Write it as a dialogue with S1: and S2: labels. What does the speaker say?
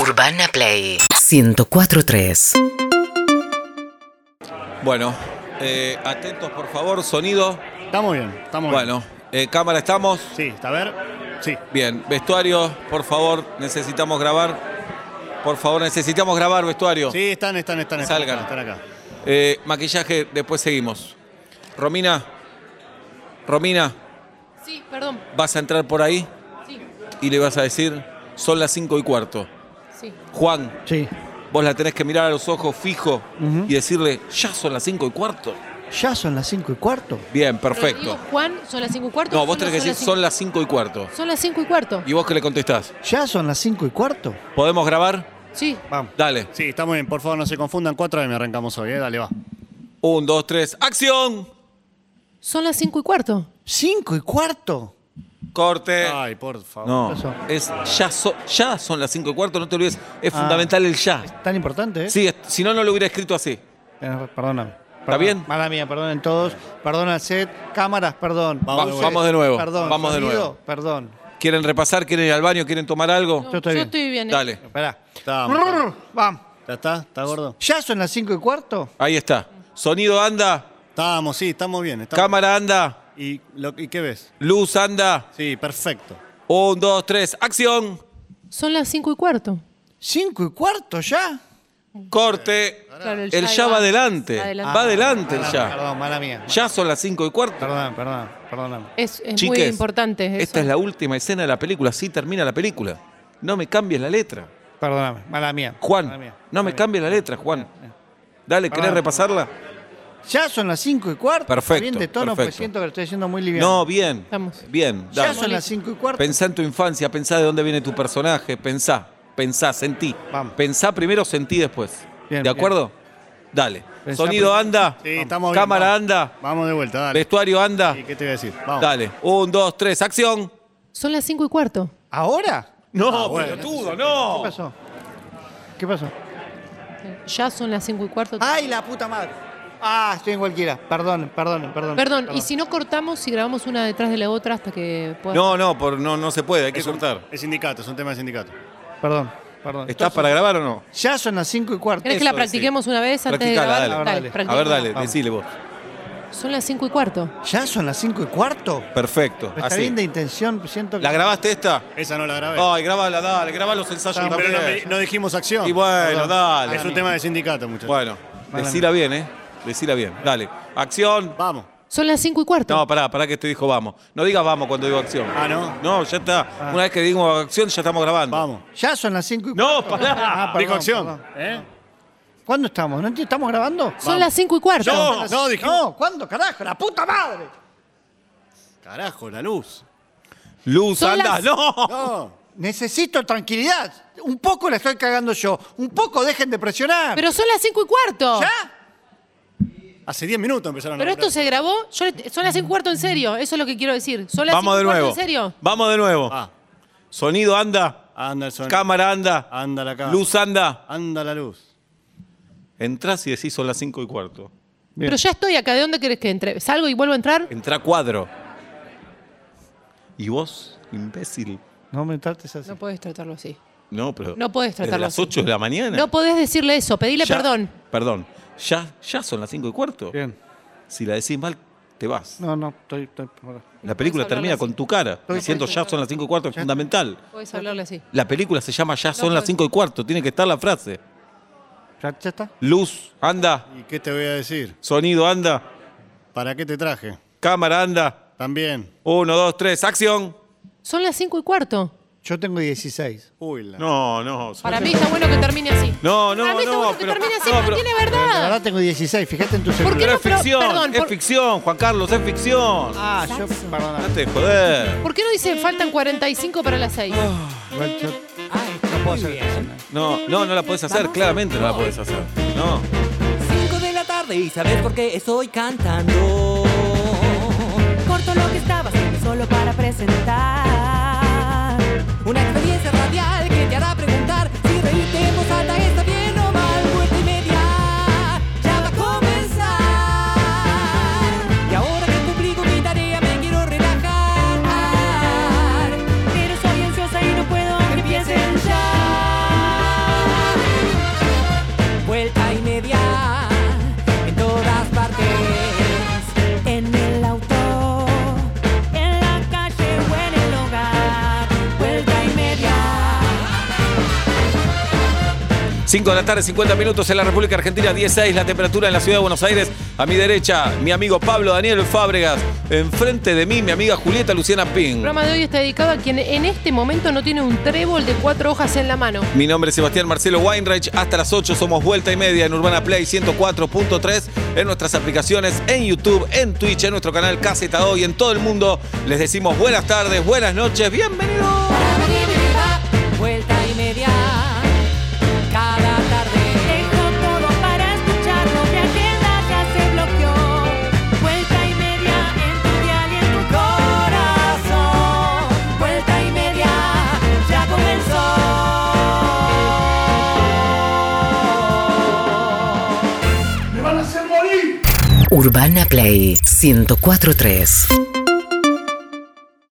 S1: Urbana Play 1043.
S2: Bueno, eh, atentos por favor, sonido.
S3: Estamos bien, estamos bien.
S2: Bueno, eh, cámara estamos.
S3: Sí, está a ver. Sí.
S2: Bien, vestuario, por favor, necesitamos grabar. Por favor, necesitamos grabar vestuario.
S3: Sí, están, están, están. están,
S2: Salgan.
S3: Están acá.
S2: Eh, maquillaje, después seguimos. Romina, Romina,
S4: Sí, perdón.
S2: vas a entrar por ahí
S4: Sí,
S2: y le vas a decir, son las cinco y cuarto.
S4: sí.
S2: Juan,
S5: Sí.
S2: vos la tenés que mirar a los ojos fijo y decirle, ya son las cinco y cuarto.
S5: ¿Ya son las 5 y cuarto?
S2: Bien,
S4: Pero
S2: perfecto.
S4: digo, Juan, son las 5 y cuarto.
S2: No,
S4: o
S2: vos tenés que decir,
S4: las
S2: son las cinco y cuarto.
S4: cinco? Son las 5 y cuarto.
S2: ¿Y vos qué le contestás?
S5: ¿Ya son las 5 y cuarto?
S2: ¿Podemos grabar?
S4: Sí.
S5: Vamos.
S2: Dale.
S3: Sí, estamos bien. Por favor, no se confundan. 4 me arrancamos hoy, ¿eh? Dale, va.
S2: Un, dos, tres, ¡acción!
S4: Son las 5 y cuarto.
S5: ¿5 y cuarto?
S2: Corte.
S3: Ay, por favor.
S2: no,
S5: eso.
S2: es ya, so- ya son las cinco y cuarto, no te olvides. Es fundamental el ya.
S5: Tan importante, ¿eh?
S2: Sí, es- si no, no lo hubiera escrito así.
S5: Tenés ra- Perdóname.
S2: ¿Está bien?
S5: Mala mía, perdonen todos. Perdón al set. Cámaras, perdón.
S3: Vamos
S2: Va-
S3: de
S5: Luces,
S3: nuevo.
S2: vamos de nuevo.
S5: Perdón.
S2: vamos de
S5: Sonido,
S2: nuevo.
S5: Perdón.
S2: ¿Quieren repasar? ¿Quieren ir al baño? ¿Quieren tomar algo?
S4: No,
S5: Yo estoy bien.
S4: ¿eh?
S2: Dale,
S5: Esperá.
S3: Estamos,
S5: Brrr,
S3: estamos.
S5: Vamos.
S3: ¿Ya está? ¿Está gordo?
S5: ¿Ya son las 5 y cuarto?
S2: ahí está. Sonido anda,
S3: Estamos, sí, estamos bien. estamos-
S2: cámara anda,
S3: ¿Y, lo- ¿Y qué ves?
S2: luz anda.
S3: Sí, perfecto.
S2: Un, dos, tres, ¡acción!
S4: Son las 5 y cuarto.
S5: ¿5 y cuarto ya?
S2: Corte.
S4: Claro, el
S2: El
S4: ya
S2: ya
S4: iba
S2: va
S4: antes,
S2: adelante.
S4: adelante. Ah.
S2: Va adelante el
S5: Mala-
S2: ya.
S5: Perdón, mala mía.
S2: Ya son las cinco y cuarto.
S5: Perdón, perdón, perdóname.
S4: Es, es muy
S2: Chiques,
S4: importante. Eso.
S2: Esta es la última escena de la película. Así termina la película. No me cambies la letra.
S5: Perdóname, mala mía. Mala
S2: Juan,
S5: mía,
S2: no me
S5: mala mía.
S2: cambies la letra, Juan. Dale, ¿querés
S5: Perdón.
S2: repasarla?
S5: Ya son las 5 y cuarto.
S2: Perfecto,
S5: Bien de tono,
S2: perfecto.
S5: pues siento que lo estoy haciendo muy liviano.
S2: No, bien.
S4: Estamos.
S2: Bien,
S5: Ya
S2: dale.
S5: son las 5 y cuarto.
S2: Pensá en tu infancia, pensá de dónde viene tu personaje, pensá, pensá, sentí.
S5: Vamos.
S2: Pensá primero, sentí después.
S5: Bien,
S2: ¿De
S5: bien.
S2: acuerdo? Dale.
S5: Pensá
S2: Sonido
S5: primero.
S2: anda,
S3: Sí, estamos bien.
S2: cámara
S3: vamos.
S2: anda,
S3: Vamos de vuelta, dale.
S2: vestuario anda.
S3: ¿Y qué te voy a decir? Vamos.
S2: Dale. Un, dos, tres, acción.
S4: Son las 5 y cuarto.
S5: ¿Ahora? Oh.
S2: No,
S3: bueno.
S2: pelotudo,
S5: Ah, ¿Qué
S2: no.
S5: pasó? ¿Qué pasó?
S4: Ya son las 5 y cuarto.
S5: ¡Ay, la puta madre! Ah, estoy en cualquiera. Perdón, perdón, perdón.
S4: Perdón, y si no cortamos y grabamos una detrás de la otra hasta que pueda.
S2: No, no, por- no, no se puede, hay que
S3: Es, un,
S2: cortar.
S3: es sindicato, es un tema de sindicato.
S5: Perdón, perdón.
S2: ¿Estás para grabar o no?
S5: Ya son las 5 y cuarto.
S4: ¿Querés que la
S2: eso,
S4: practiquemos una vez antes de
S2: Practicala,
S4: grabar?
S2: dale.
S5: A ver, dale.
S2: A ver, dale,
S4: practiquemos.
S2: decile vos.
S4: Son las 5 y cuarto.
S5: ¿Ya son las 5 y cuarto?
S2: Perfecto.
S5: Pero Está
S2: Así.
S5: bien de intención, siento que...
S2: ¿La grabaste esta?
S3: Esa no la grabé.
S2: Ay, grabala, dale, grabá los ensayos
S3: Sí, pero
S2: también.
S3: no, me- no dijimos acción.
S2: Y bueno,
S5: Perdón.
S2: dale.
S3: es un tema de sindicato, muchachos.
S2: Bueno,
S5: Mala
S2: decila bien, ¿eh? Decila bien. Dale. Acción.
S3: Vamos.
S4: Son las 5 y cuarto.
S2: No, pará, pará que te dijo vamos. No digas vamos cuando digo acción.
S3: Ah, ¿no?
S2: No, ya está. Una vez que digo acción, ya estamos grabando.
S3: Ah. Vamos.
S5: ¿Ya son las 5 y cuarto?
S2: No, pará.
S5: Ah, perdón,
S3: Dijo acción.
S5: perdón.
S3: ¿Eh?
S5: ¿Cuándo estamos? ¿No entiendo? ¿Estamos grabando?
S4: son las 5 y cuarto.
S3: No. dijimos-
S5: No, ¿cuándo, carajo? ¡La puta madre!
S3: Carajo, la luz.
S2: Luz,
S4: Son
S2: anda.
S4: las-
S2: No.
S3: No.
S5: Necesito tranquilidad. Un poco la estoy cagando yo. Un poco dejen de presionar.
S4: Pero son las 5 y cuarto.
S5: ¿Ya?
S3: Hace 10 minutos empezaron
S4: Pero
S3: a
S4: esto
S3: nombrar.
S4: se grabó. Yo le- son las 5 y cuarto en serio. Eso es lo que quiero decir. Son las 5
S2: Vamos
S4: y
S2: de
S4: cuarto
S2: nuevo.
S4: en serio.
S2: Vamos de nuevo.
S3: Ah,
S2: Sonido anda.
S3: anda el sonido.
S2: Cámara anda.
S3: Anda la cámara.
S2: Luz anda.
S3: Anda la luz.
S2: Entrás y decís son las 5 y cuarto.
S5: Bien.
S4: Pero ya estoy acá. ¿De dónde querés que entre? ¿Salgo y vuelvo a entrar?
S2: Entrá cuadro. ¿Y vos, imbécil?
S5: No me trates así.
S4: No podés tratarlo así.
S2: No, pero.
S4: No podés
S2: desde
S4: tratarlo
S2: las
S4: así.
S2: 8 de la mañana.
S4: No podés decirle eso. Pedile
S2: Ya-
S4: perdón.
S2: Perdón. Ya, ya son las 5 y cuarto.
S5: Bien.
S2: Si la decís mal, te vas.
S5: No, no, estoy... estoy- perdón.
S2: La película
S4: Puedes hablarla
S2: termina
S4: así.
S2: con tu cara. Diciendo ya son las 5 y cuarto, es fundamental.
S4: Podés hablarle así.
S2: La película se llama Ya son
S4: No,
S2: las
S4: pues-
S2: 5 y cuarto. Tiene que estar la frase.
S5: ¿Ya, ya está?
S2: Luz, anda.
S3: ¿Y qué te voy a decir?
S2: Sonido, anda.
S3: ¿Para qué te traje?
S2: Cámara, anda.
S3: También.
S2: 1, 2, 3, acción.
S4: Son las 5 y cuarto.
S5: Yo tengo 16.
S3: Uy, la.
S2: No, no. son-
S4: Para mí está bueno que termine así.
S2: No, no,
S4: Para mí está
S2: no,
S4: bueno
S2: pero-
S4: que termine así.
S2: no,
S4: No,
S2: pero-
S4: tiene
S5: La
S4: verdad.
S5: verdad tengo 16, fíjate en tu
S4: ¿Por qué
S5: celular.
S2: Pero
S4: no?
S2: es
S4: Pero-
S2: ficción,
S4: perdón,
S2: es
S4: por-
S2: ficción, Juan Carlos, es ficción.
S5: Ah, yo, perdón.
S2: Date de joder.
S4: ¿Por qué no dice faltan 45 para las 6?
S5: Igual yo- no puedo hacer eso.
S2: No, no, no la podés hacer, claramente no la podés hacer. No.
S6: 5 de la tarde y saber por qué estoy cantando.
S7: Corto lo que estaba haciendo solo para presentar.
S6: Una experiencia radial que te hará preguntar si reírte en voz alta está bien o mal. Vuelta y media ya va a comenzar. Y ahora que cumplí con mi tarea me quiero relajar.
S7: Pero soy ansiosa y no puedo que empiecen ya.
S2: 5 de la tarde, 50 minutos en la República Argentina, 16 la temperatura en la ciudad de Buenos Aires. A mi derecha, mi amigo Pablo Daniel Fábregas. Enfrente de mí, mi amiga Julieta Luciana
S4: El
S2: Ping.
S4: programa de hoy está dedicado a quien en este momento no tiene un trébol de cuatro hojas en la mano.
S2: Mi nombre es Sebastián Marcelo Weinreich. Hasta las 8 somos vuelta y media en Urbana Play 104.3, en nuestras aplicaciones, en YouTube, en Twitch, en nuestro canal Caseta Hoy, en todo el mundo. Les decimos buenas tardes, buenas noches, bienvenidos.
S6: Vuelta y media. Cada tarde.
S7: Dejo todo para escuchar lo que agenda ya se bloqueó. Vuelta y media en tu dial y en tu
S6: Corazón. Vuelta y media. Ya comenzó.
S1: Urbana Play 1043.